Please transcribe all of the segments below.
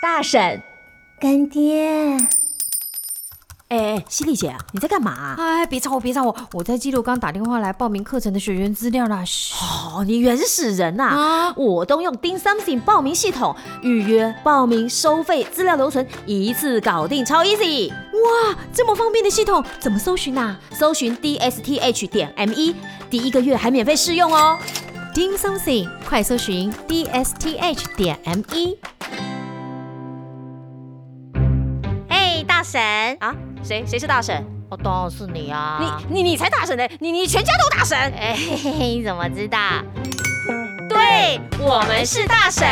大婶，干爹，哎，犀利姐啊，你在干嘛？哎，别吵我，别吵我，我在记录刚打电话来报名课程的学员资料啦。嘘哦，你原始人呐、啊，我都用 Ding Something 报名系统预约、报名、收费、资料留存，一次搞定，超 easy。这么方便的系统怎么搜寻啊呐、搜寻 dsth 点 me，第一个月还免费试用哦。 d i n Something，快搜寻 DSTH 点 E ME。嘿，大婶啊，谁谁是大婶？哦，当然是你啊你你你才大婶呢、你你全家都大婶。哎嘿嘿嘿，你怎么知道？对，我们是大婶。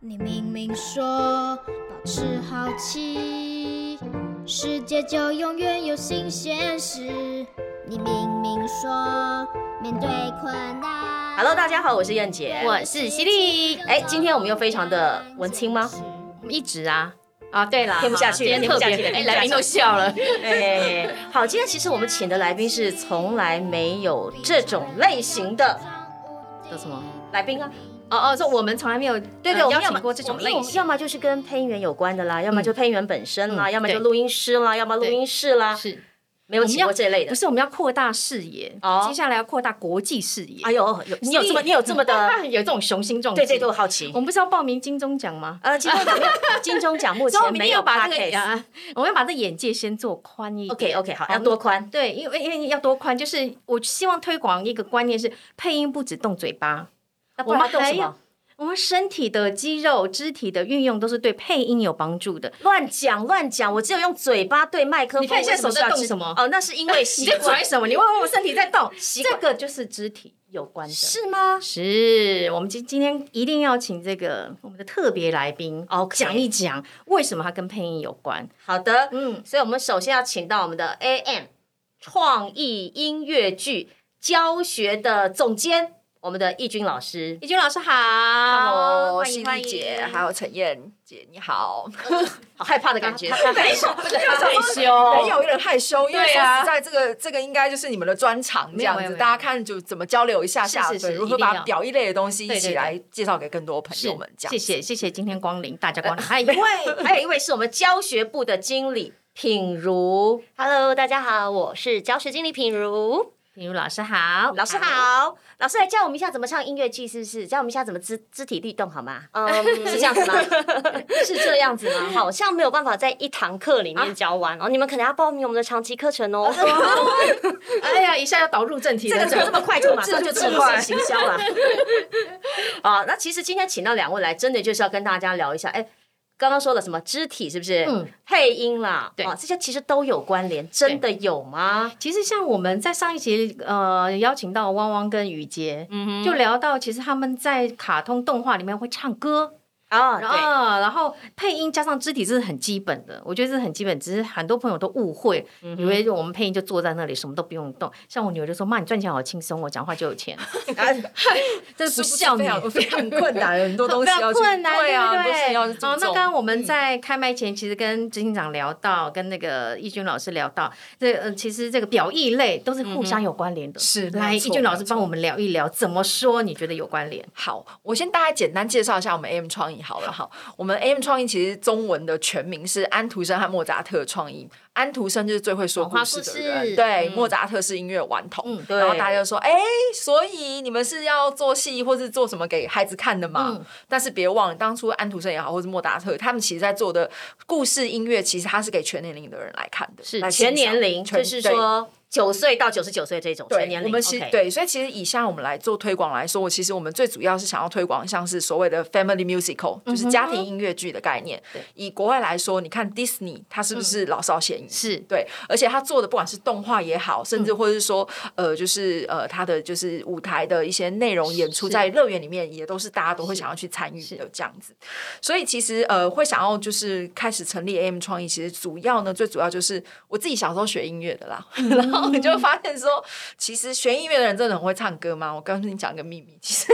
你明明说保持好奇，世界就永远有新鲜事。你明明说面对困难。 Hello，大家好，我是燕姐。我是犀利，哎，今天我们又非常的文青吗？我们一直啊啊，对啦，听不下去今天听不特下别去听不哎，下去来宾都笑了。哎，好，今天其实我们请的来宾是从来没有这种类型的叫什么？来宾啊。哦哦，说我们从来没有对呃对，我们邀要请么过这种我们类要么型，要么就是跟配音员有关的啦，要么就配音员本身啦，嗯要么就对录音师啦，要么录对音室啦，是没啊有我们请过要这类的不。是我们要扩大视野？哦接下来要扩大国际视野。哎呦，有你有这么所以嗯你有这么的， 有这种雄心壮志？ 对对对，我好奇我。们不是要报名金钟奖吗？呃，金钟奖金钟奖目 所以我前们一没定要有把这 podcast 个，。啊我们要把这眼界先做宽一点。 OK OK，好，好要多宽。对，因为因为要多宽，就是我希望推广一个观念是，配音不只动嘴巴，那不然我要们动还什么？我们身体的肌肉、肢体的运用都是对配音有帮助的。乱讲乱讲，我只有用嘴巴对麦克风。你看你现在我为手在么动是要知什么哦，那是因为 你习在惯拽什么？你问问我身体在动， 习这惯个就是肢体有关的。是吗？是我们今今天一定要请这个我们的特别来宾哦 OK 讲一讲为什么它跟配音有关。好的，嗯，所以我们首先要请到我们的 AM 创意音乐剧教学的总监，我们的易军老师。怡君老师好 Hello，欢犀迎欢利迎姐，还有陈燕姐，你好。好害怕的感觉，没有，害没羞。有有点害羞，因为哦对说啊实在，这个这个应该就是你们的专长这样没有没有子，没有大家看就怎么交流一下下是是对，是如何一定要把表一类的东西一对对起对来介绍给更多朋是友们，这样谢子。谢 谢谢今天光临，大家 光临。还有一位， 还有一位是我们教学部的经理品如 Hello，大家好，我是教学经理品如。比如老师好，老师好，老师来教我们一下怎么唱音乐剧，是不是？教我们一下怎么肢肢体律动，好吗？嗯， 是这样子吗？是这样子吗？ 好，好像没有办法在一堂课里面教完、哦。你们可能要报名我们的长期课程哦。 哎呀，一下要导入正题这了，个怎么这么快就马上就这进么入快行销 了？啊，那其实今天请到两位来，真的就是要跟大家聊一下，哎。刚刚说了什么肢体是不是？嗯配音啦，对啊，这些其实都有关联，真的有吗？其实像我们在上一集呃邀请到汪汪跟雨杰，就聊到其实他们在卡通动画里面会唱歌，啊，然对，后然后配音加上肢体这是很基本的，我觉得这是很基本，只是很多朋友都误会，以为我们配音就坐在那里什么都不用动。像我女儿就说：“妈，你赚钱好轻松哦，我讲话就有钱。啊”这是是不不是笑非你。常非常困难，很多非 东西常要去困难，对对啊，很不多事情对？要去注嗯哦，那重刚刚我们在开麦前，其实跟执行长聊到，跟那个义军老师聊到，这呃，其实这个表意类都是互相有关联的。嗯是来，没哎义错军老师没错帮我们聊一聊，怎么说你觉得有关联？好，我先大概简单介绍一下我们 AM 创意好了。好，我们 AM 创意其实中文的全名是安徒生和莫扎特创意。安徒生就是最会说故事的童话故人，事对，莫扎特是音乐顽童。嗯对然后大家就说：“哎、所以你们是要做戏或是做什么给孩子看的嘛？”嗯但是别忘了，当初安徒生也好，或是莫扎特，他们其实在做的故事音乐，其实它是给全年龄的人来看的，是来欣全赏年龄，全就是对说九岁到九十九岁这种对，全年龄。我们其 OK 对，所以其实以像我们来做推广来说，我其实我们最主要是想要推广像是所谓的 family musical，就是嗯家庭音乐剧的概念。以国外来说，你看 Disney，它嗯是不是老少咸宜？是对，而且它做的不管是动画也好，甚至或者是说、呃，就是呃，它的就是舞台的一些内容演出，是在乐园里面也都是大家都会想要去参与的这样子。所以其实呃，会想要就是开始成立 AM 创意，其实主要呢，最主要就是我自己小时候学音乐的啦，然后你就会发现说，其实学音乐的人真的很会唱歌吗？我告诉你讲个秘密，其实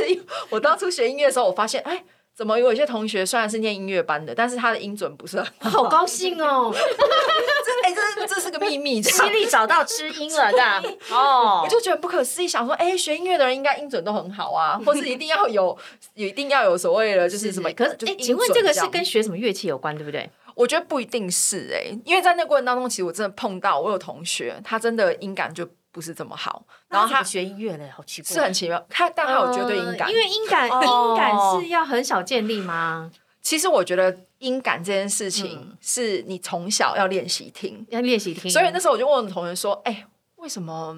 我当初学音乐的时候，我发现，哎，怎么有一些同学虽然是念音乐班的，但是他的音准不是很好， 好高兴哦！这哎，这这是个秘密，犀利找到 知音了的哦我，就觉得不可思议，想说，哎、学音乐的人应该音准都很 好啊，或是一定要有，有一定要有所谓的， 就是什么？可是就哎，音请问准这个样是跟学什么乐器有关，对不对？我觉得不一定是哎、因为在那个过程当中，其实我真的碰到，我有同学，他真的音感就不是这么好，然后他怎啊他么学音乐嘞，好奇怪，是很奇妙，他但他有绝对音感，哦呃因为音感音感是要很少建立吗？其实我觉得音感这件事情嗯是你从小要练习听，要练习听，所以那时候我就问我的同学说，哎、为什么？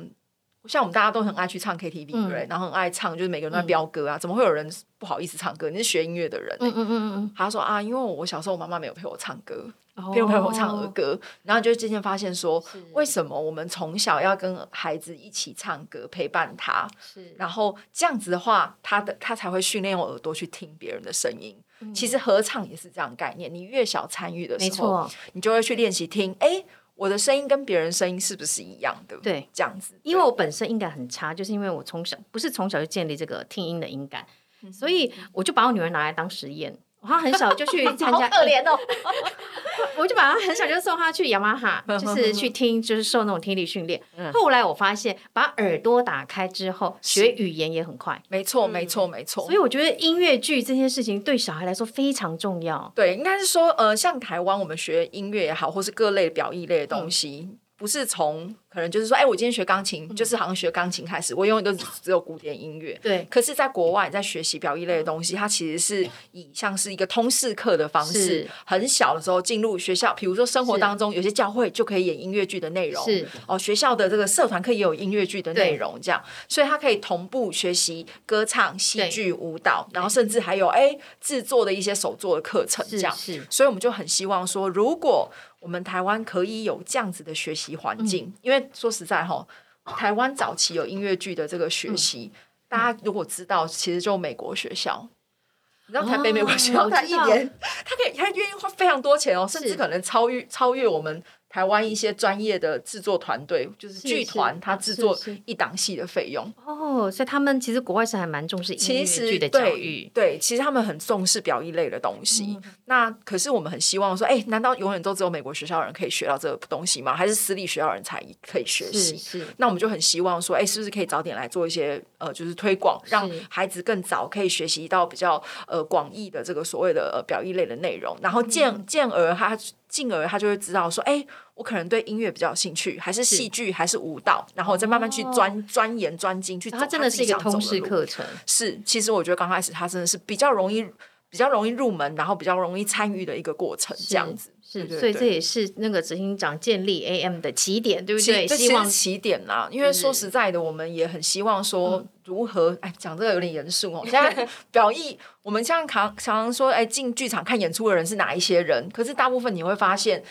像我们大家都很爱去唱 KTV，、对不对？然后很爱唱，就是每个人都在飙歌啊，怎么会有人不好意思唱歌？你是学音乐的人、欸，嗯嗯嗯他说啊，因为我小时候我妈妈没有陪我唱歌，嗯，哦没有陪朋我友唱儿歌，然后就渐渐发现说，为什么我们从小要跟孩子一起唱歌，陪伴他，是然后这样子的话，他的他才会训练我耳朵去听别人的声音。其实合唱也是这样的概念，你越小参与的嗯没时候错，，你就会去练习听，哎，我的声音跟别人声音是不是一样的？对，这样子，因为我本身音感很差，就是因为我从小不是从小就建立这个听音的音嗯感，所以我就把我女儿拿来当实验。她很小就去 参好加，可怜哦，我就把她很小就送她去雅马哈， 就是去听，就是受那种听力训练。嗯后来我发现，把耳朵打开之后，学语言也很快。没错，没错，没错嗯所。以我觉得音乐剧这件事情对小孩来说非常重要。对，应该是说，呃，像台湾我们学音乐也好，或是各类表意类的嗯东西，不是从可能就是说，哎、我今天学钢琴，嗯就是好像学钢琴开始，我永远都只只有古典音乐。对可是，在国外，你在学习表意类的东西，它其实是以像是一个通识课的方式是，很小的时候进入学校，比如说生活当中有些教会就可以演音乐剧的内容，是哦，学校的这个社团课也有音乐剧的内对容，这样，所以它可以同步学习歌唱、戏对剧、舞蹈，然后甚至还有哎制作的一些手作的课程，这是样。是，所以我们就很希望说，如果我们台湾可以有这样子的学习环嗯境，因为说实在哈，台湾早期有音乐剧的这个学嗯习，大家如果知道，其实就美国学校。你知道台北美国学校，哦它我一知道年，它可以，它愿意花非常多钱哦，甚至可能超越超越我们台湾一些专业的制作团队，就是剧团，它制作是是一档戏的费用。哦，所以他们其实国外是还蛮重视音乐其实剧的教育，嗯对，对，其实他们很重视表意类的东西。那可是我们很希望说，哎、难道永远都只有美国学校的人可以学到这个东西吗？还是私立学校的人才可以学是习？是，那我们就很希望说，哎、是不是可以早点来做一些呃，就是推广，让孩子更早可以学习到比较呃广义的这个所谓的、呃、表意类的内容，然后进嗯进而他进而他就会知道说，哎、我可能对音乐比较有兴趣，还是戏剧，还是舞蹈，然后再慢慢去钻、钻研专精去走它哦真的自是己一个想走通的识路课程，是，其实我觉得刚开始他真的是比较容易、比较容易入门，然后比较容易参与的一个过程，这样子。是，对所以这对也是那个执行长建立 AM 的起点，对不其对？这希其实望嗯是起点啦，因为说实在的，我们也很希望说如何，哎，讲这个有点严肃哦。现 在表意，我们像常常常说，哎，进剧场看演出的人是哪一些人？可是大部分你会发现，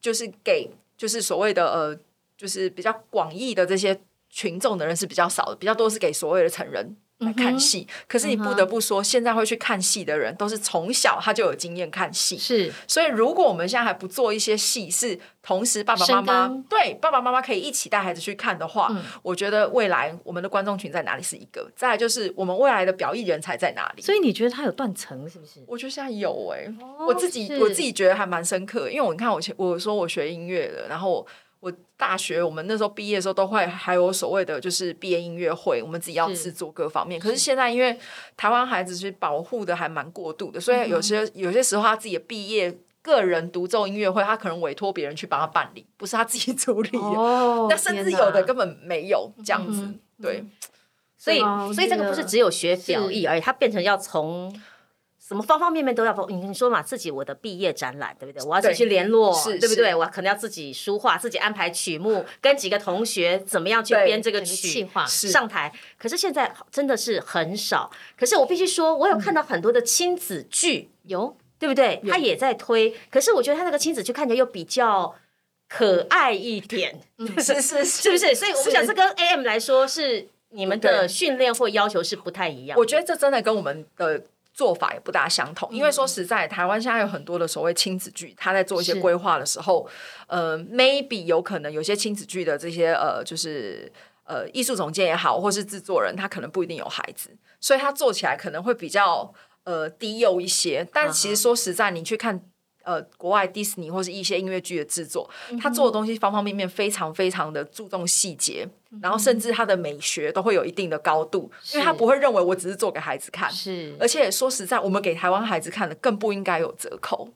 就是给就是所谓的呃，就是比较广义的这些群众的人是比较少的，比较多是给所谓的成人。嗯来看戏，可是你不得不说，现在会去看戏的人都是从小他就有经验看戏，是所以，如果我们现在还不做一些戏，是同时爸爸妈深妈耕嗯对爸爸妈妈可以一起带孩子去看的话，我觉得未来我们的观众群在哪里是一个，再来就是我们未来的表意人才在哪里。所以你觉得它有断层是不 是？我觉得现在有哎、我自己是我自己觉得还蛮深刻，因为我你看我前我说我学音乐的，然后我我大学我们那时候毕业的时候都会还有所谓的就是毕业音乐会，我们自己要是制作各方面。可是现在因为台湾孩子去保护的还蛮过度的，所以有些、有些时候他自己的毕业个人独奏音乐会，他可能委托别人去帮他办理，不是他自己处理的。哦那甚至天哪有的根本没有这样子，嗯对。 所以哇所以这个不是只有学表意而已，它变成要从。什么方方面面都要包，你你说嘛，自己我的毕业展览，对不对？我要自己去联络，是对不对？是我可能要自己书画，自己安排曲目，跟几个同学怎么样去对编这个整个曲企划是上台。可是现在真的是很少。可是我必须说，我有看到很多的亲子剧，嗯有对不对？他也在推，可是我觉得他那个亲子剧看起来又比较可爱一点，嗯是是是是 不是？所以我不想这跟 AM 来说是你们的对训练或要求是不太一样我。觉得这真的跟我们的做法也不大相同。因为说实在，台湾现在有很多的所谓亲子剧，他在做一些是规划的时候，呃，maybe 有可能有些亲子剧的这些呃，就是呃艺术总监也好，或是制作人，他可能不一定有孩子，所以他做起来可能会比较呃低幼一些。但其实说实在，你去看。呃，国外迪士尼或是一些音乐剧的制作，他做的东西方方面面非常非常的注重细节，然后甚至他的美学都会有一定的高度，因为他不会认为我只是做给孩子看。是而且说实在，我们给台湾孩子看的更不应该有折扣，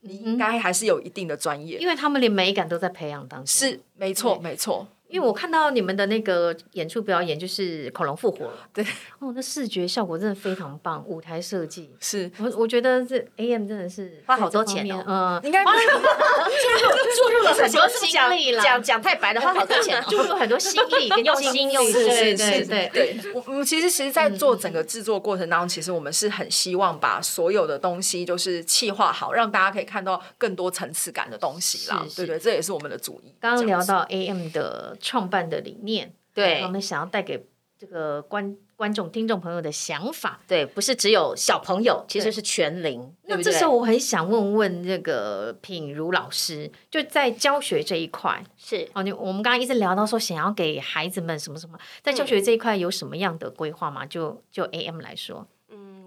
你应该还是有一定的专业。嗯因为他们连美感都在培养当中。是，没错，没错。因为我看到你们的那个演出表演，就是恐龙复活，对，哦，那视觉效果真的非常棒，舞台设计， 是我我觉得这 AM 真的是花好多钱哦在这方面嗯，应该不注入了很多很多讲心力啦讲讲太白的话，好多钱哦。 注入很多心力 跟用精心力用心对是对对对，对， 我我们其实其实，在嗯做整个制作过程当中，其实我们是很希望把所有的东西就是气化好，让大家可以看到更多层次感的东西啦是。是对对，这也是我们的主意。刚刚这样聊子到 AM 的创办的理念，对我们想要带给这个观观众、听众朋友的想法。对，不是只有小朋友，其实对是全龄，对那不这对？时候我很想问问这个品如老师，就在教学这一块，是哦，你我们刚刚一直聊到说想要给孩子们什么什么，嗯在教学这一块有什么样的规划吗？就就 AM 来说，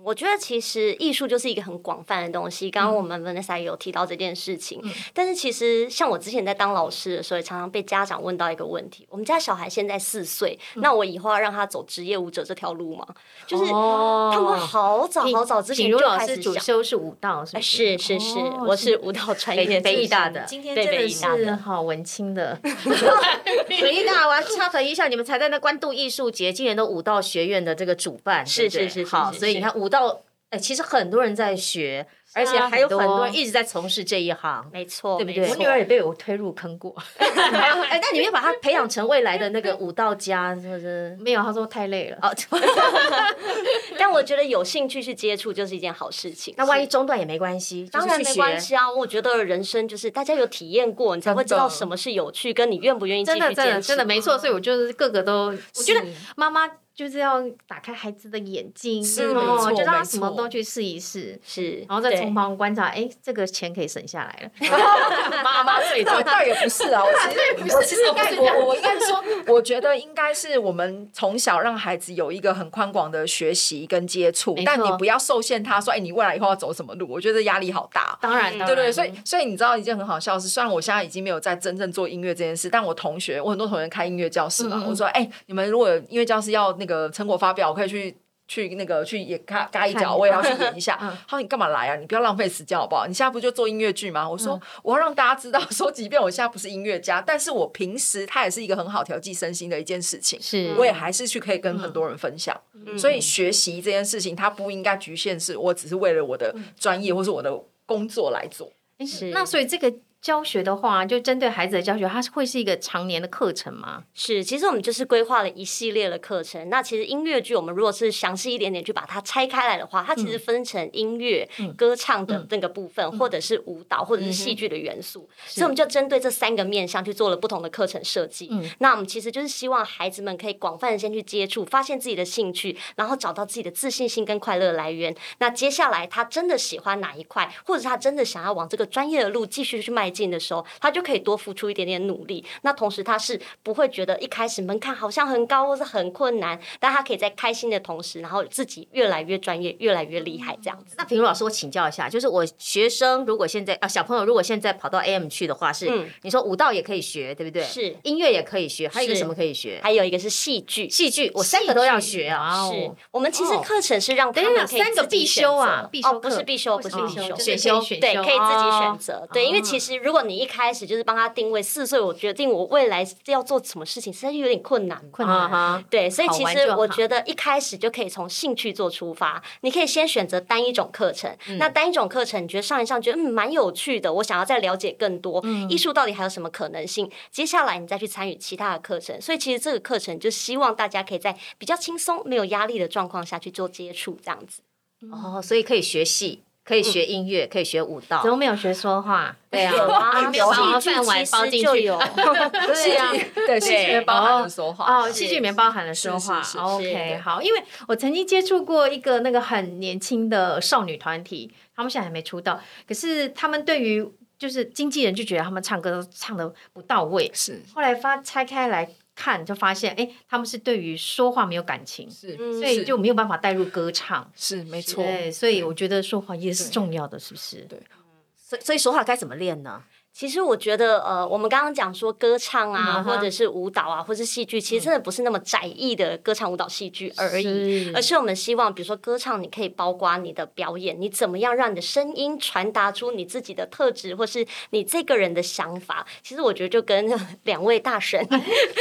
我觉得其实艺术就是一个很广泛的东西。刚刚我们 Vanessa 也有提到这件事情，但是其实像我之前在当老师的时候，也常常被家长问到一个问题：我们家小孩现在四岁，那我以后要让他走职业舞者这条路吗？就是哦他们好早好早之前品如就老开师始主想。修是舞蹈，是哎不是是是，哦我是舞蹈专业北北艺大出身的今天对真北的艺大是的。好文青的，北艺大，我要插嘴一下，你们才在那关渡艺术节，今年都舞蹈学院的这个主办，是对不对是是是好，是啊所以你看舞蹈，哎，其实很多人在学，而且还有很多人一直在从事这一 行。没错，对不没对错我女儿也被我推入坑过，哎，但你们要把他培养成未来的那个舞蹈家，是不是？没有，她说太累了。哦，但我觉得有兴趣去接触就是一件好事情。那万一中断也没关系，当就是然去没学关。系啊，我觉得人生就是大家有体验过，你才会知道什么是有趣，跟你愿不愿意继续真的，真坚的，持。真的没错，所以我就是各个都，我觉得是妈妈就是要打开孩子的眼睛，是嗯没错就让他没什么错都去试一试，是，然后再对从旁观察，哎，这个钱可以省下来了。妈妈最倒 重倒也不是啊，我其实我其实应该我我应该说，我觉得应该是我们从小让孩子有一个很宽广的学习跟接触没，错但你不要受限他说，哎，你未来以后要走什么路？我觉得压力好大。哦当然，当对对，然所以所以你知道一件很好笑的是，虽然我现在已经没有在真正做音乐这件事，但我同学，我很多同学开音乐教室嘛，嗯我说，哎、你们如果有音乐教室要那个成果发表，我可以去。去那个去也嘎嘎一脚，看嗯我也要去演 一下。他说你干嘛来啊？你不要浪费时间好不好？你现在不就做音乐剧吗？我说、嗯我要让大家知道，说即便我现在不是音乐家，但是我平时它也是一个很好调剂身心的一件事情。是我也还是去可以跟很多人分享。嗯所以学习这件事情，它不应该局限是我只是为了我嗯的专业或是我的工作来 做。诶是那所以这个教学的话，就针对孩子的教学，它是会是一个常年的课程吗？是，其实我们就是规划了一系列的课程。那其实音乐剧，我们如果是详细一点点去把它拆开来的话，它其嗯实分成音乐、歌唱的那个部分，或者是舞蹈，或者嗯是戏剧的元素。所以我们就针对这三个面向去做了不同的课程设计。嗯那我们其实就是希望孩子们可以广泛的先去接触，发现自己的兴趣，然后找到自己的自信心跟快乐的来源。那接下来他真的喜欢哪一块，或者他真的想要往这个专业的路继续去迈进的时候，他就可以多付出一点点努力。那同时他是不会觉得一开始门槛好像很高或是很困难，但他可以在开心的同时，然后自己越来越专业，越来越厉害这样子。那平如老师，我请教一下，就是我学生如果现在啊，小朋友如果现在跑到 AM 去的话，是、嗯你说舞蹈也可以学，对不对？是音乐也可以学，还有一个是什么可以嗯学？还有一个是戏剧，戏剧，我三个都要学啊。哇哦是我们其实课程是让他等一下们可以三个自己必选修啊择必修哦不是课必修，不不是是必必修修，就是选可以修选对，修可以自己哦选择。对，因为其实如果你一开始就是帮他定位四岁，我决定我未来要做什么事情，实在是有点困难。哦困啊难。哈，对，所以好其玩实就我好觉得一开始就可以从兴趣做出发，你可以先选择单一种课程。那嗯单一种课程，你觉得上一上觉得嗯蛮有趣的，我想要再了解更多、嗯艺术到底还有什么可能性。接下来你再去参与其他的课程，所以其实这个课程就希望大家可以在比较轻松、没有压力的状况下去做接触，这样子。哦，所以可以学戏，可以学音乐，可以学舞蹈怎，么没有学说话？对啊 有啊，没有把我戏剧饭碗其实包进就去 有对呀，对，戏剧面包含了说话啊哦，戏剧里面包含了说话。是是是 OK，是好，因为我曾经接触过一个那个很年轻的少女团体，他们现在还没出道，可是他们对于就是经纪人就觉得他们唱歌都唱的不到位，是后来发拆开来看就发现，哎，他们是对于说话没有感情，是嗯所以就没有办法带入歌唱。是没错。对，所以我觉得说话也是重要的，是不是？所以所以说话该怎么练呢？其实我觉得，呃，我们刚刚讲说歌唱啊，嗯哼嗯或者是舞蹈啊，或是戏剧，其实真的不是那么窄义的歌唱、舞蹈、戏剧而已。是而是我们希望，比如说歌唱，你可以包括你的表演，你怎么样让你的声音传达出你自己的特质，或是你这个人的想法。其实我觉得就跟 两位大神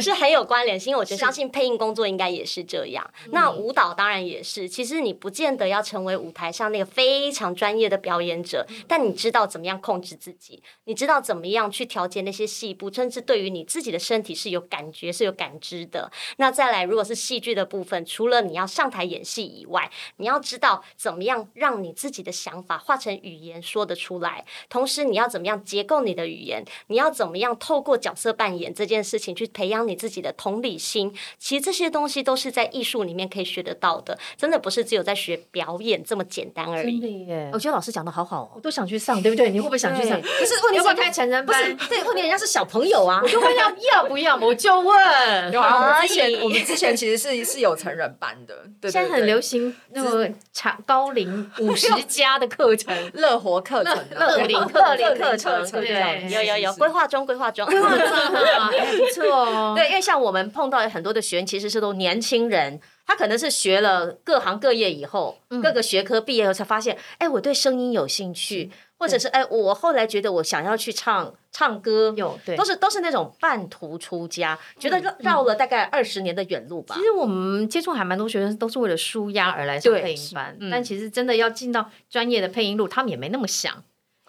是很有关联性，因为我觉得相信配音工作应该也是这样。那舞蹈当然也是，其实你不见得要成为舞台上那个非常专业的表演者，但你知道怎么样控制自己，你知道怎么样去调节那些细部，甚至对于你自己的身体是有感觉、是有感知的。那再来，如果是戏剧的部分，除了你要上台演戏以外，你要知道怎么样让你自己的想法化成语言说得出来，同时你要怎么样结构你的语言，你要怎么样透过角色扮演这件事情去培养你自己的同理心。其实这些东西都是在艺术里面可以学得到的，真的不是只有在学表演这么简单而真已的。耶我，觉得老师讲的好好哦我。都想去上，对不嗯对？你会不会想去上？可是问题要不要是开成人不是班？对，问题人家是小朋友啊我，就问要要不要，我就 问。有啊，我们之可前以我们之前其实是是有成人班的，对对对，，现在很流行那个长高龄 五十加的课 程乐活课程啊，乐龄课龄乐课程程对这样有有有，是是规划中，规划中。哎不错哦。对，因为像我们碰到很多的学员，其实是都年轻人，他可能是学了各行各业以后，嗯各个学科毕业后才发现，哎，我对声音有兴趣，嗯或者是哎，我后来觉得我想要去唱唱歌，有 对嗯都是都是那种半途出家，觉得绕绕了大概二十年的远路吧其。实我们接触还蛮多学生都是为了舒压而来上对配音班，嗯但其实真的要进到专业的配音路，他们也没那么想。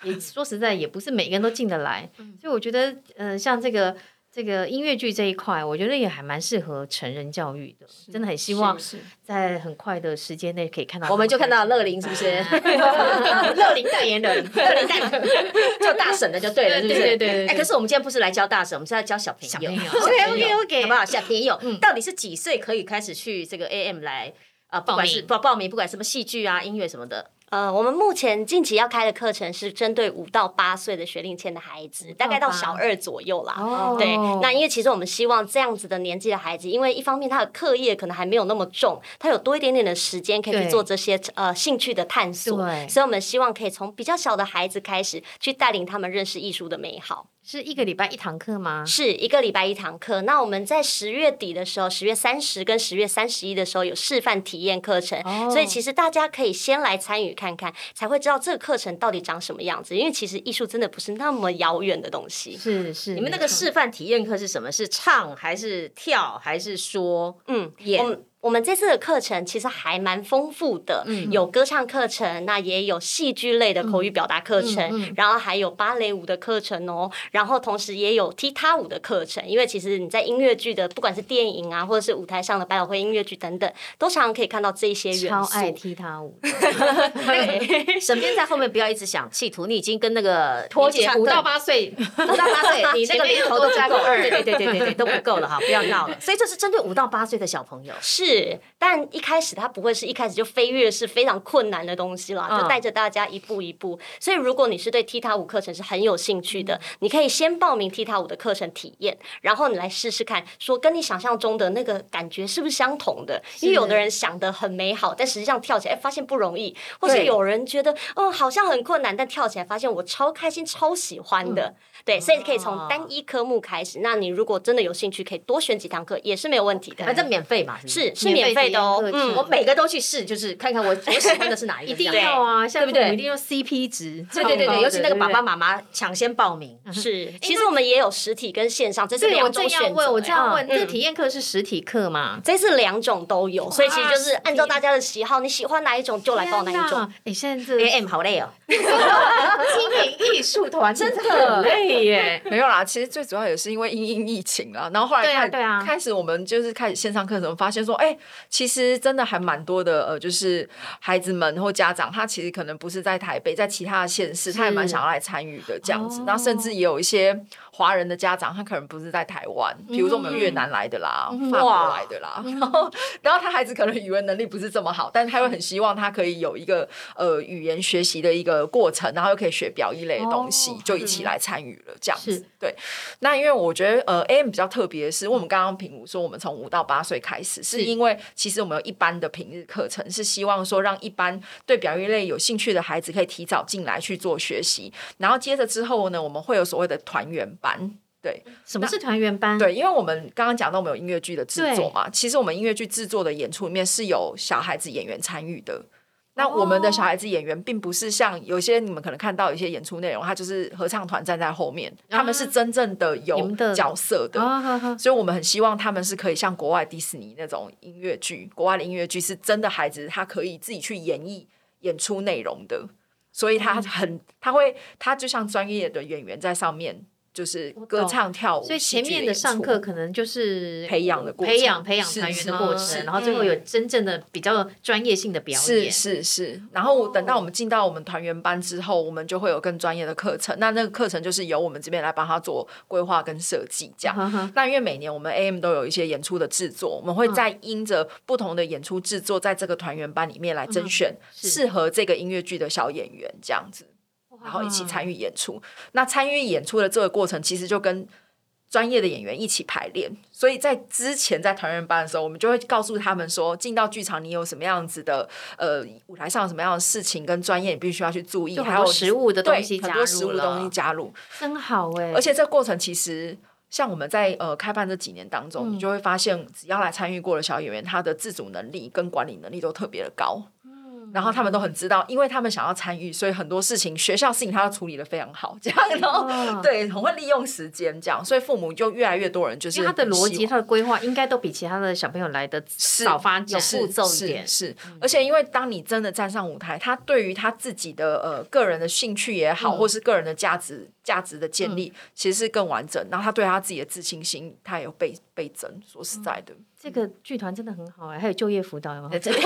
也说实在，也不是每个人都进得来，所以我觉得，嗯、像这个这个音乐剧这一块，我觉得也还蛮适合成人教育的。真的很希望是在很快的时间内可以 看到他们开始，我们就看到乐龄是不 是？乐龄代言人， 乐龄代叫大婶的就对了，是不是？对对对对对哎，可是我们今天不是来教大婶，我们是来教 小朋友。小朋友 OK OK OK，好不好？嗯小朋友，到底是几岁可以开始去这个 AM 来啊？不管是报报名报名，不管什么戏剧啊、音乐什么的， 呃，我们目前近期要开的课程是针对五到八岁的学龄前的孩子，大概到小二左右啦。哦对，那因为其实我们希望这样子的年纪的孩子，因为一方面他的课业可能还没有那么重，他有多一点点的时间可以对去做这些呃兴趣的探索对，所以我们希望可以从比较小的孩子开始，去带领他们认识艺术的美好。是一个礼拜一堂课吗？是一个礼拜一堂课。那我们在十月底的时候，十月三十跟十月三十一的时候有示范体验课程，哦所以其实大家可以先来参与看看，才会知道这个课程到底长什么样子。因为其实艺术真的不是那么遥远的东西。是是，你们那没个错示范体验课是什么？是唱还是跳还是说？嗯，演我们我们这次的课程其实还蛮丰富的，嗯有歌唱课程，那也有戏剧类的口语表达课程，嗯然后还有芭蕾舞的课程哦，然后同时也有踢踏舞的课程，因为其实你在音乐剧的，不管是电影啊，或者是舞台上的百老汇音乐剧等等，都常常可以看到这些元超素。爱踢踏舞，沈编在后面不要一直想企图，你已经跟那个 脱节年纪差五到八岁，五到八 岁，你那个零头都不前面又多加个够，二对对对对对对，都不够了哈，不要闹 了。所以这是针对五到八岁的小朋友。是，但一开始它不会是一开始就飞跃是非常困难的东西啦，嗯就带着大家一步一步。所以如果你是对踢踏舞课程是很有兴趣嗯的，你可以先报名踢踏舞的课程体验，然后你来试试看，说跟你想象中的那个感觉是不是相同的？因为有的人想的很美好，但实际上跳起来哎发现不容易，或是对有人觉得哦好像很困难，但跳起来发现我超开心、超喜欢嗯的。对，所以可以哦从单一科目开始。那你如果真的有兴趣，可以多选几堂课也是没有问题的。反正免费嘛，是嗯是是免费的哦，免费体验课程我每个都去试，就是看看我我喜欢的是哪一个， 一定这样要啊，像对不父母对一定要 CP 值，对对对超高对，的尤其那个爸爸对妈妈抢先报名，嗯是。其实我们也有实体跟线上，这不对是对，我两正种选要择。问，我这哎样问，嗯这个体验课是实体课吗？这是两种都有，所以其实就是按照大家的喜好，你喜欢哪一种就来报哪一天种。哪？哎，现在这 AM 好累哦，经营艺术团真的很累耶，没有啦，其实最主要也是因为因应疫情啦，然后后来对啊开对啊开始我们就是开始线上课程，发现说，哎、哎，其实真的还蛮多的，呃，就是孩子们或家长，他其实可能不是在台北，在其他的县市，他也蛮想要来参与的这样子哦。那甚至也有一些华人的家长，他可能不是在台湾，比如说我们有越嗯南来的啦，法国来的啦，然后然后他孩子可能语文能力不是这么好，但是他会很希望他可以有一个呃语言学习的一个过程，然后又可以学表一类的东西，哦就一起来参与了这样是子。对，那因为我觉得呃，AM 比较特别的是，因为我们刚刚评估说我们从五到八岁开始，是因为其实我们有一般的平日课程，是希望说让一般对表演类有兴趣的孩子可以提早进来去做学习，然后接着之后呢，我们会有所谓的团圆班。对什么是团圆班？，对，因为我们刚刚讲到我们有音乐剧的制作对嘛，其实我们音乐剧制作的演出里面是有小孩子演员参与的。那我们哦的小孩子演员并不是像有些你们可能看到有些演出内容，他就是合唱团站在后面，他们是真正的啊你有们的角色的。啊哈哈，所以我们很希望他们是可以像国外迪士尼那种音乐剧，国外的音乐剧是真的孩子他可以自己去演绎演出内容的，所以嗯他很他会他就像专业的演员在上面就是我歌懂唱跳舞，所以前面戏剧的演上出课可能就是培养的过程培养培养是团员的是过是程，嗯然后最后有真正的比较专业性的表是演。是是，然后等到我们进到我们团员班之后，我们就会有更专业的课程。那那个课程就是由我们这边来帮他做规划跟设计，这样。哈哈，那因为每年我们 AM 都有一些演出的制作，我们会嗯在因着不同的演出制作，在这个团员班里面来甄选嗯是适合这个音乐剧的小演员这样子，然后一嗯起参与演出。那参与演出的这个过程，其实就跟专业的演员一起排练，所以在之前在团员班的时候，我们就会告诉他们说，进到剧场你有什么样子的呃舞台上有什么样的事情跟专业，你必须要去注意，就很还多有实物的东对西加很入多实物的东西了，加入。真好哎！而且这个过程其实。像我们在呃开办这几年当嗯中，你就会发现，只要来参与过的小演员，他的自主能力跟管理能力都特别的高。嗯然后他们都很知道，因为他们想要参与，所以很多事情学校事情他都处理的非常好，这样然后、哦 对很会利用时间这样，所以父母就越来越多人就是因为他的很逻希辑、望他的规划，应该都比其他的小朋友来的早发展，是步骤一是点。嗯是而且因为当你真的站上舞台，他对于他自己的呃个人的兴趣也嗯好，或是个人的价值价值的建立，其实是更完整。然后他对他自己的自信心，他也有倍倍增。说嗯实在的，这个剧团真的很好哎，还有就业辅导有没有？真的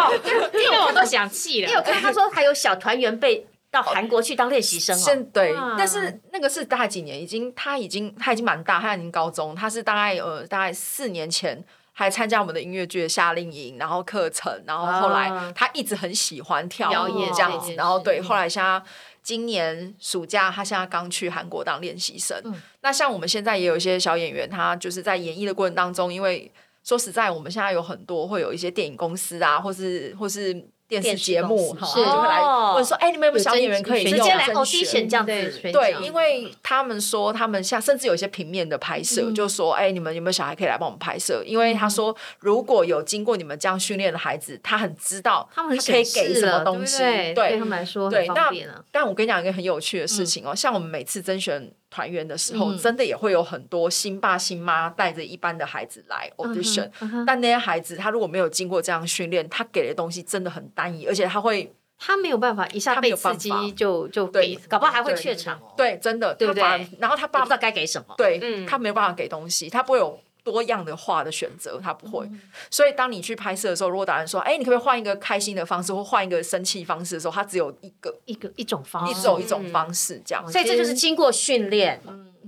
听得我都想气你有了。看他说还有小团员被到韩国去当练习生哦，现对哇，但是那个是大概几年，已经他已经他已经蛮大，他已经高中，他是大概呃大概四年前。还参加我们的音乐剧的夏令营，然后课程，然后后啊来他一直很喜欢跳表舞演这样这件子，事然后对，嗯后来现在今年暑假他现在刚去韩国当练习生。那像我们现在也有一些小演员，他就是在演绎的过程当中，因为说实在，我们现在有很多会有一些电影公司啊，或是或是。电视电视节目公司好是就会来问说，哎、你们有没有小真演员可以选啊直用接来甄选 audition 这样对子。选对，角因为他们说他们像甚至有一些平面的拍摄，嗯就说哎、你们有没有小孩可以来帮我们拍摄？因为他说如果有经过你们这样训练的孩子，他很知道他们很可以省给事什么了东西。对不对对他们来说很对方便啊。但我跟你讲一个很有趣的事情哦，像我们每次甄选团员的时候，嗯真的也会有很多新爸新妈带着一般的孩子来 audition，、嗯哼但那些孩子他如果没有经过这样训练，他给的东西真的很单一，而且他会他没有办法一下他没被有刺办激法就就给对搞不好还会怯场哦，对真的对不他反而对然后他也爸不知爸道该给什么。对、嗯他没有办法给东西，他不会有多样的画的选择，他不会。所以当你去拍摄的时候，如果导演说：“哎、你可不可以换一个开心的方式，或换一个生气方式”的时候，他只有一个，一个一种方一式，种一种方式这样。所以这就是经过训练，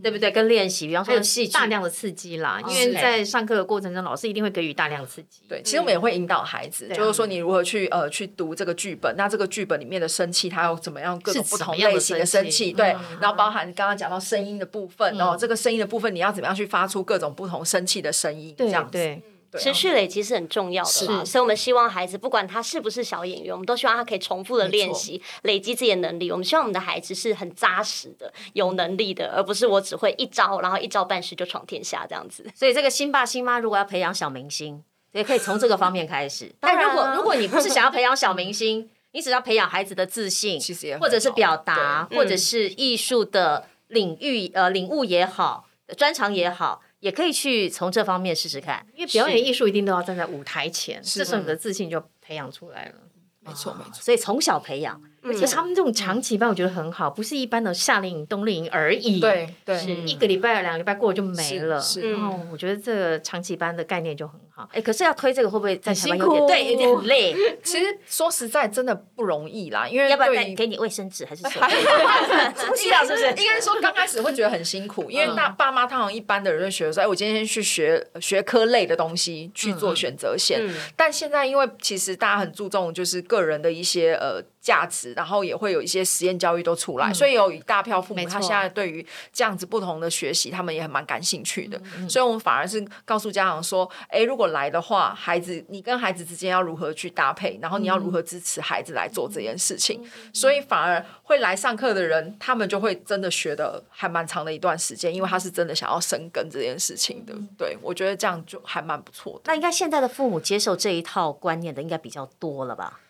对不对？跟练习，比方还有说戏剧大量的刺激啦，因为是在上课的过程中，老师一定会给予大量刺激。对，其实我们也会引导孩子，对啊就是说你如何去呃去读这个剧本，那这个剧本里面的生气，它有怎么样各种是不怎同么样的类型的生生气气，对，然后包含刚刚讲到声音的部分，哦，这个声音的部分你要怎么样去发出各种不同生气的声音，这对样子，对，对啊持续累积是很重要的啦，是所以我们希望孩子不管他是不是小演员，我们都希望他可以重复的练习，累积自己的能力。我们希望我们的孩子是很扎实的、有能力的，而不是我只会一招，然后一招半式就闯天下这样子。所以这个新爸新妈如果要培养小明星，也可以从这个方面开始。当但然如果啊如果你不是想要培养小明星，你只要培养孩子的自信，其实也很或者是好表达，对嗯或者是艺术的领域呃领悟也好，专长也好，也可以去从这方面试试看。因为表演艺术一定都要站在舞台前，是这时候你的自信就培养出来了。没错没错。所以从小培养，而且他们这种长期班，我觉得很好，不是一般的夏令营、冬令营而已。，对是对，一个礼拜、两个礼拜过就没了。是是然后我觉得这个长期班的概念就很好。哎，可是要推这个会不会在台湾有很点辛苦对有点很累？其实说实在，真的不容易啦，因为嗯要不要对再于给你卫生纸还是什么？不不要是不嗯是应该说刚开始会觉得很 辛苦，因为大爸妈他好像一般的人就觉得说，哎，我今天去学学科类的东西去做选择线。嗯但现在因为其实大家很注重就是个人的一些呃价值，然后也会有一些实验教育都出嗯来，所以有一大票父母没错他现在对于这样子不同的学习，他们也很蛮感兴趣的。所以我们反而是告诉家长说，哎，如果来的话，孩子你跟孩子之间要如何去搭配，然后你要如何支持孩子来做这件事情。所以反而会来上课的人，他们就会真的学的还蛮长的一段时间，因为他是真的想要生根这件事情的。对，我觉得这样就还蛮不错的。那应该现在的父母接受这一套观念的应该比较多了吧？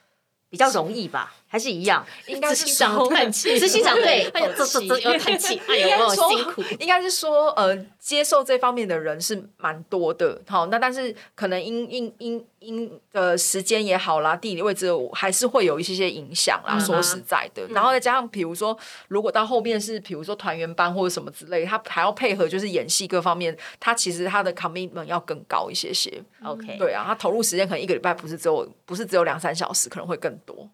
比较容易吧？还是一样？应该是啊执行长说叹气，执行长对哎呀，这这这又 叹 气，哎呀，我好辛苦。 应该是说，呃，接受这方面的人是蛮多的。好，那但是可能因因因因呃时间也好啦，地理位置还是会有一些些影响嗯啦。说实在的，然后再加上比如说，如果到后面是比如说团员班或者什么之类，他还要配合就是演戏各方面，他其实他的 commitment 要更高一些些。 OK，对啊，他投入时间可能一个礼拜不是只有不是只有两三小时，可能会更多。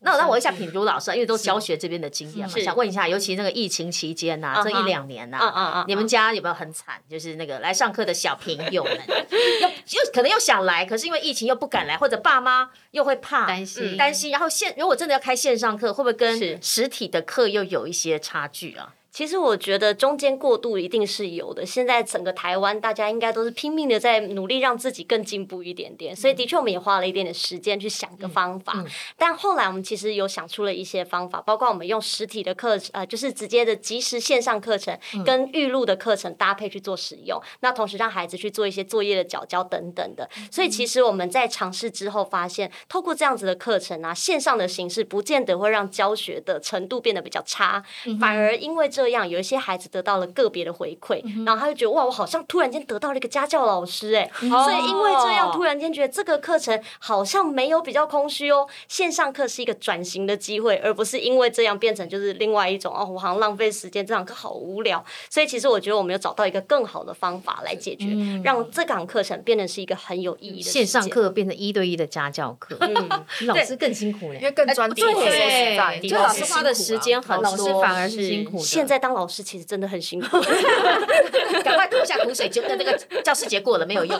那那我问一下品如老师，因为都教学这边的经验嘛，是想问一下，尤其那个疫情期间呐、嗯这哼一两年呐、嗯嗯嗯你们家有没有很惨？就是那个来上课的小朋友们，又又可能又想来，可是因为疫情又不敢来，或者爸妈又会怕担嗯心担心。然后线如果真的要开线上课，会不会是跟实体的课又有一些差距啊？其实我觉得中间过渡一定是有的。现在整个台湾，大家应该都是拼命的在努力让自己更进步一点点，所以的确我们也花了一点点时间去想个方法。但后来我们其实有想出了一些方法，包括我们用实体的课，呃，就是直接的即时线上课程跟预录的课程搭配去做使用，那同时让孩子去做一些作业的缴交等等的。所以其实我们在尝试之后发现，透过这样子的课程啊，线上的形式不见得会让教学的程度变得比较差，反而因为这样，有一些孩子得到了个别的回馈，嗯然后他就觉得哇，我好像突然间得到了一个家教老师哎、哦所以因为这样，突然间觉得这个课程好像没有比较空虚哦，线上课是一个转型的机会，而不是因为这样变成就是另外一种哦，我好像浪费时间，这堂课好无聊。所以其实我觉得我们有找到一个更好的方法来解决，让这堂课程变成是一个很有意义的嗯线上事件。课变成一对一的家教课， 老师更辛苦嘞 因。为更专注，哎对说实在，对就老师花的时啊间很啊老师多反而是辛苦的。现在当老师其实真的很辛苦， 嗯赶快吐一下苦水，就那个教师节过了没有用。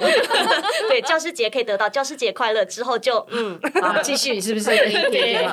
对教师节可以得到教师节快乐之后就 嗯，好，啊继续是不是？对，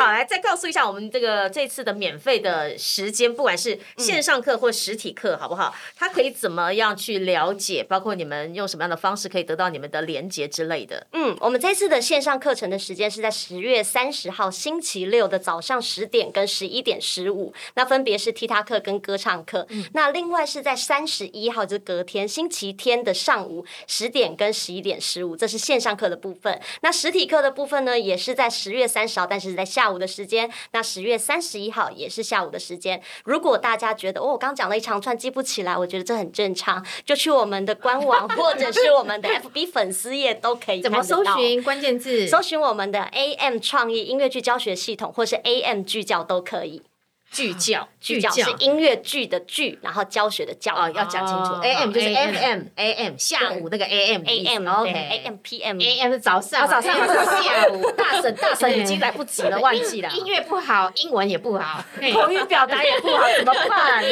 好，来再告诉一下我们这个这次的免费的时间，不管是线上课或实体课，好不好？他可以怎么样去了解？包括你们用什么样的方式可以得到你们的连接之类的？嗯，我们这次的线上课程的时间是在十月三十号星期六的早上十点跟十一点十五，那分别是踢踏课跟歌唱课。那另外是在三十一号，就是隔天星期天的上午十点跟十一点十五，这是线上课的部分。那实体课的部分呢，也是在十月三十号，但是在下午的时间。那十月三十一号也是下午的时间。如果大家觉得哦，我刚讲了一长串记不起来，我觉得这很正常，就去我们的官网或者是我们的 FB 粉丝页都可以怎么看得搜到寻关键字？搜寻我们的 AM 创意音乐剧教学系统，或是 AM 剧教都可以。聚教剧教剧教是音乐剧的剧，然后教学的教啊，要讲清楚哦，AM 就是 AM AM AM 下午那个 AM 的意思 AM OK 对 AM PM。 AM 早上，啊，早上还是下 午，大婶大婶已经来不及了，忘记 了。音乐不好，英文也不好，嘿口语表达也不好，怎么办？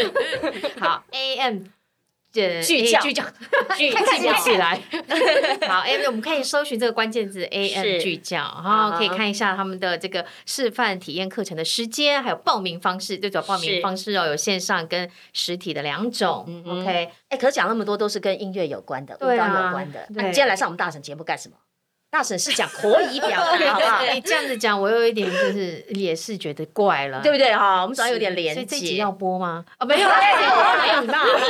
好 AM 呃聚焦聚焦聚 看看记焦不起来。 好，AM 我们可以搜寻这个关键字 AM 是聚焦，然后可以啊哈看一下他们的这个示范体验课程的时间，还有报名方式。最主要报名是方式哦，有线上跟实体的两种。OK，哎、可是讲那么多都是跟音乐有关的，舞蹈对啊有关的。那、对你今天来上我们大婶节目干什么？大婶是讲口语表 达，好不好？你这样子讲，我有一点就是也是觉得怪了，对不对哈？我们总要有点所以连这集接。要播吗？哦，没有， 哎有啦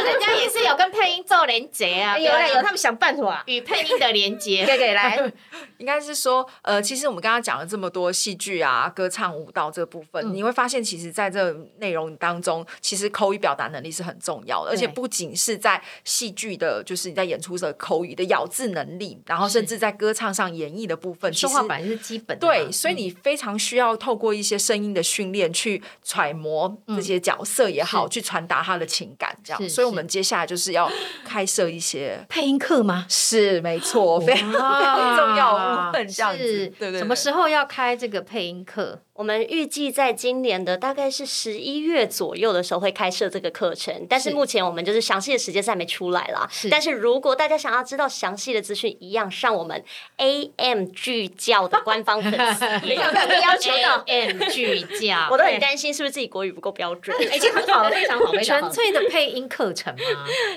人家也是有跟配音做连接啊，有哎啦有，他他们想办法。与配音的连接。给给来，应该是说，呃，其实我们刚刚讲了这么多戏剧啊、歌唱、舞蹈这部嗯分，你会发现，其实在这内容当中，其实口语表达能力是很重要的，而且不仅是在戏剧的，就是你在演出的口语的咬字能力，然后甚至在歌唱上演绎的部分，其 说实话本来就是嗯基本的嘛对，所以你非常需要透过一些声音的训练去揣摩这些角色也好，嗯是去传达他的情感，这是样。所以我是们接下来就是要开设一些，配音课吗？是没错，非常非常重要的部分，这样子，啊是对对对。什么时候要开这个配音课？我们预计在今年的大概是十一月左右的时候会开设这个课程，但是是目前我们就是详细的时间是还没出来啦。是但是如果大家想要知道详细的资讯，一样上我们 AM 聚教的官方粉丝页。要求到 M 聚教，我都很担心是不是自己国语不够标准。哎已经很好了，非常好，非常 好纯。粹的配音课程 吗？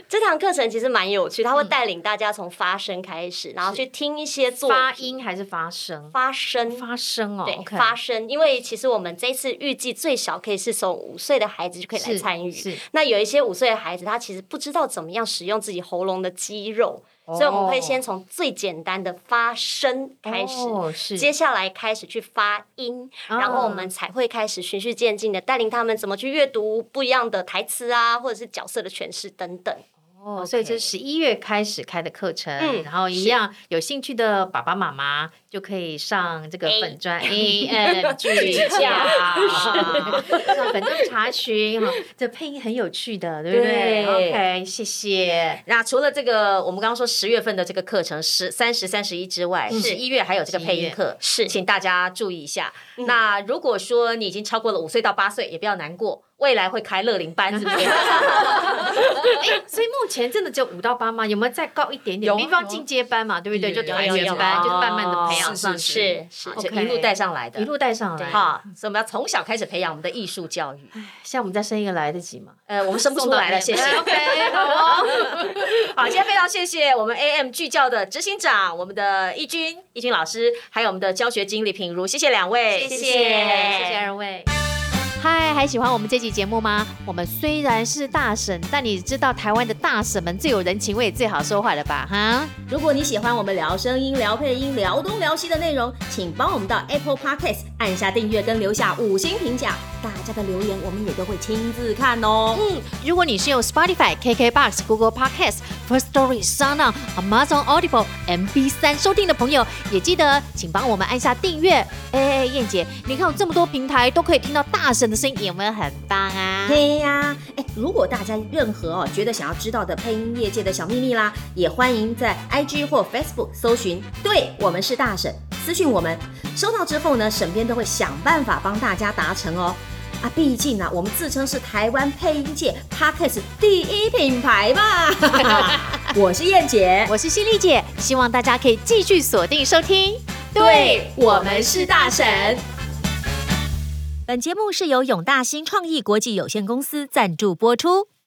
这堂课程其实蛮有趣，它嗯会带领大家从发声开始，然后去听一些作发品音还是发声？发声。发声哦对，OK，发声，因为其实我们这次预计最少可以是从五岁的孩子就可以来是参与，是那有一些五岁的孩子，他其实不知道怎么样使用自己喉咙的肌肉，哦所以我们会先从最简单的发声开始。哦是接下来开始去发音，啊然后我们才会开始循序渐进的带领他们怎么去阅读不一样的台词啊，或者是角色的诠释等等。哦，所以这是十一月开始开的课程，嗯然后一样有兴趣的爸爸妈妈就可以上这个 A 粉专 A M 聚教，上粉专查询哈，这配音很有趣的，对不对对 o k 谢谢。那除了这个，我们刚刚说十月份的这个课程十三十、三十一之外，嗯十一月还有这个配音课，是请大家注意一下。嗯那如果说你已经超过了五岁到八岁，也不要难过，未来会开乐龄班，是不 是？哎， 所以目前真的只有五到八吗？有没有再高一点点？有比方进阶班嘛，对不对？有就团有有员班，有哦就是慢慢的哦培养是上是去，是是，就 OK 一路带上来的，一路带上来。哈。所以我们要从小开始培养我们的艺术教 育。像我们再生一个来得及吗？呃，我们生不出来了，谢谢。 OK，好 哦。 好，今天非常谢谢我们 AM 聚教的执行长，我们的义军义军老师，还有我们的教学经理品如，谢谢两位，谢谢谢谢二位。嗨，还喜欢我们这期节目吗？我们虽然是大婶，但你知道台湾的大婶们最有人情味、最好说话了吧？哈。如果你喜欢我们聊声音、聊配音、聊东聊西的内容，请帮我们到 Apple Podcast 按下订阅跟留下五星评价，大家的留言我们也都会亲自看哦。嗯如果你是用 Spotify、KKBox、Google Podcast、First Story、Sound On、Amazon Audible、MB 三收听的朋友，也记得请帮我们按下订阅。哎哎，燕姐，你看有这么多平台都可以听到大婶的声音，有没有很棒啊？嘿呀，哎，如果大家任何哦觉得想要知道的配音业界的小秘密啦，也欢迎在 IG 或 Facebook 搜寻“对我们是大婶”，私讯我们。收到之后呢，沈编都会想办法帮大家达成哦。啊，毕竟呢、我们自称是台湾配音界 Podcast 第一品牌 嘛。我是燕姐，我是犀利姐，希望大家可以继续锁定收听。我们是大婶。本节目是由永大新创意国际有限公司赞助播出。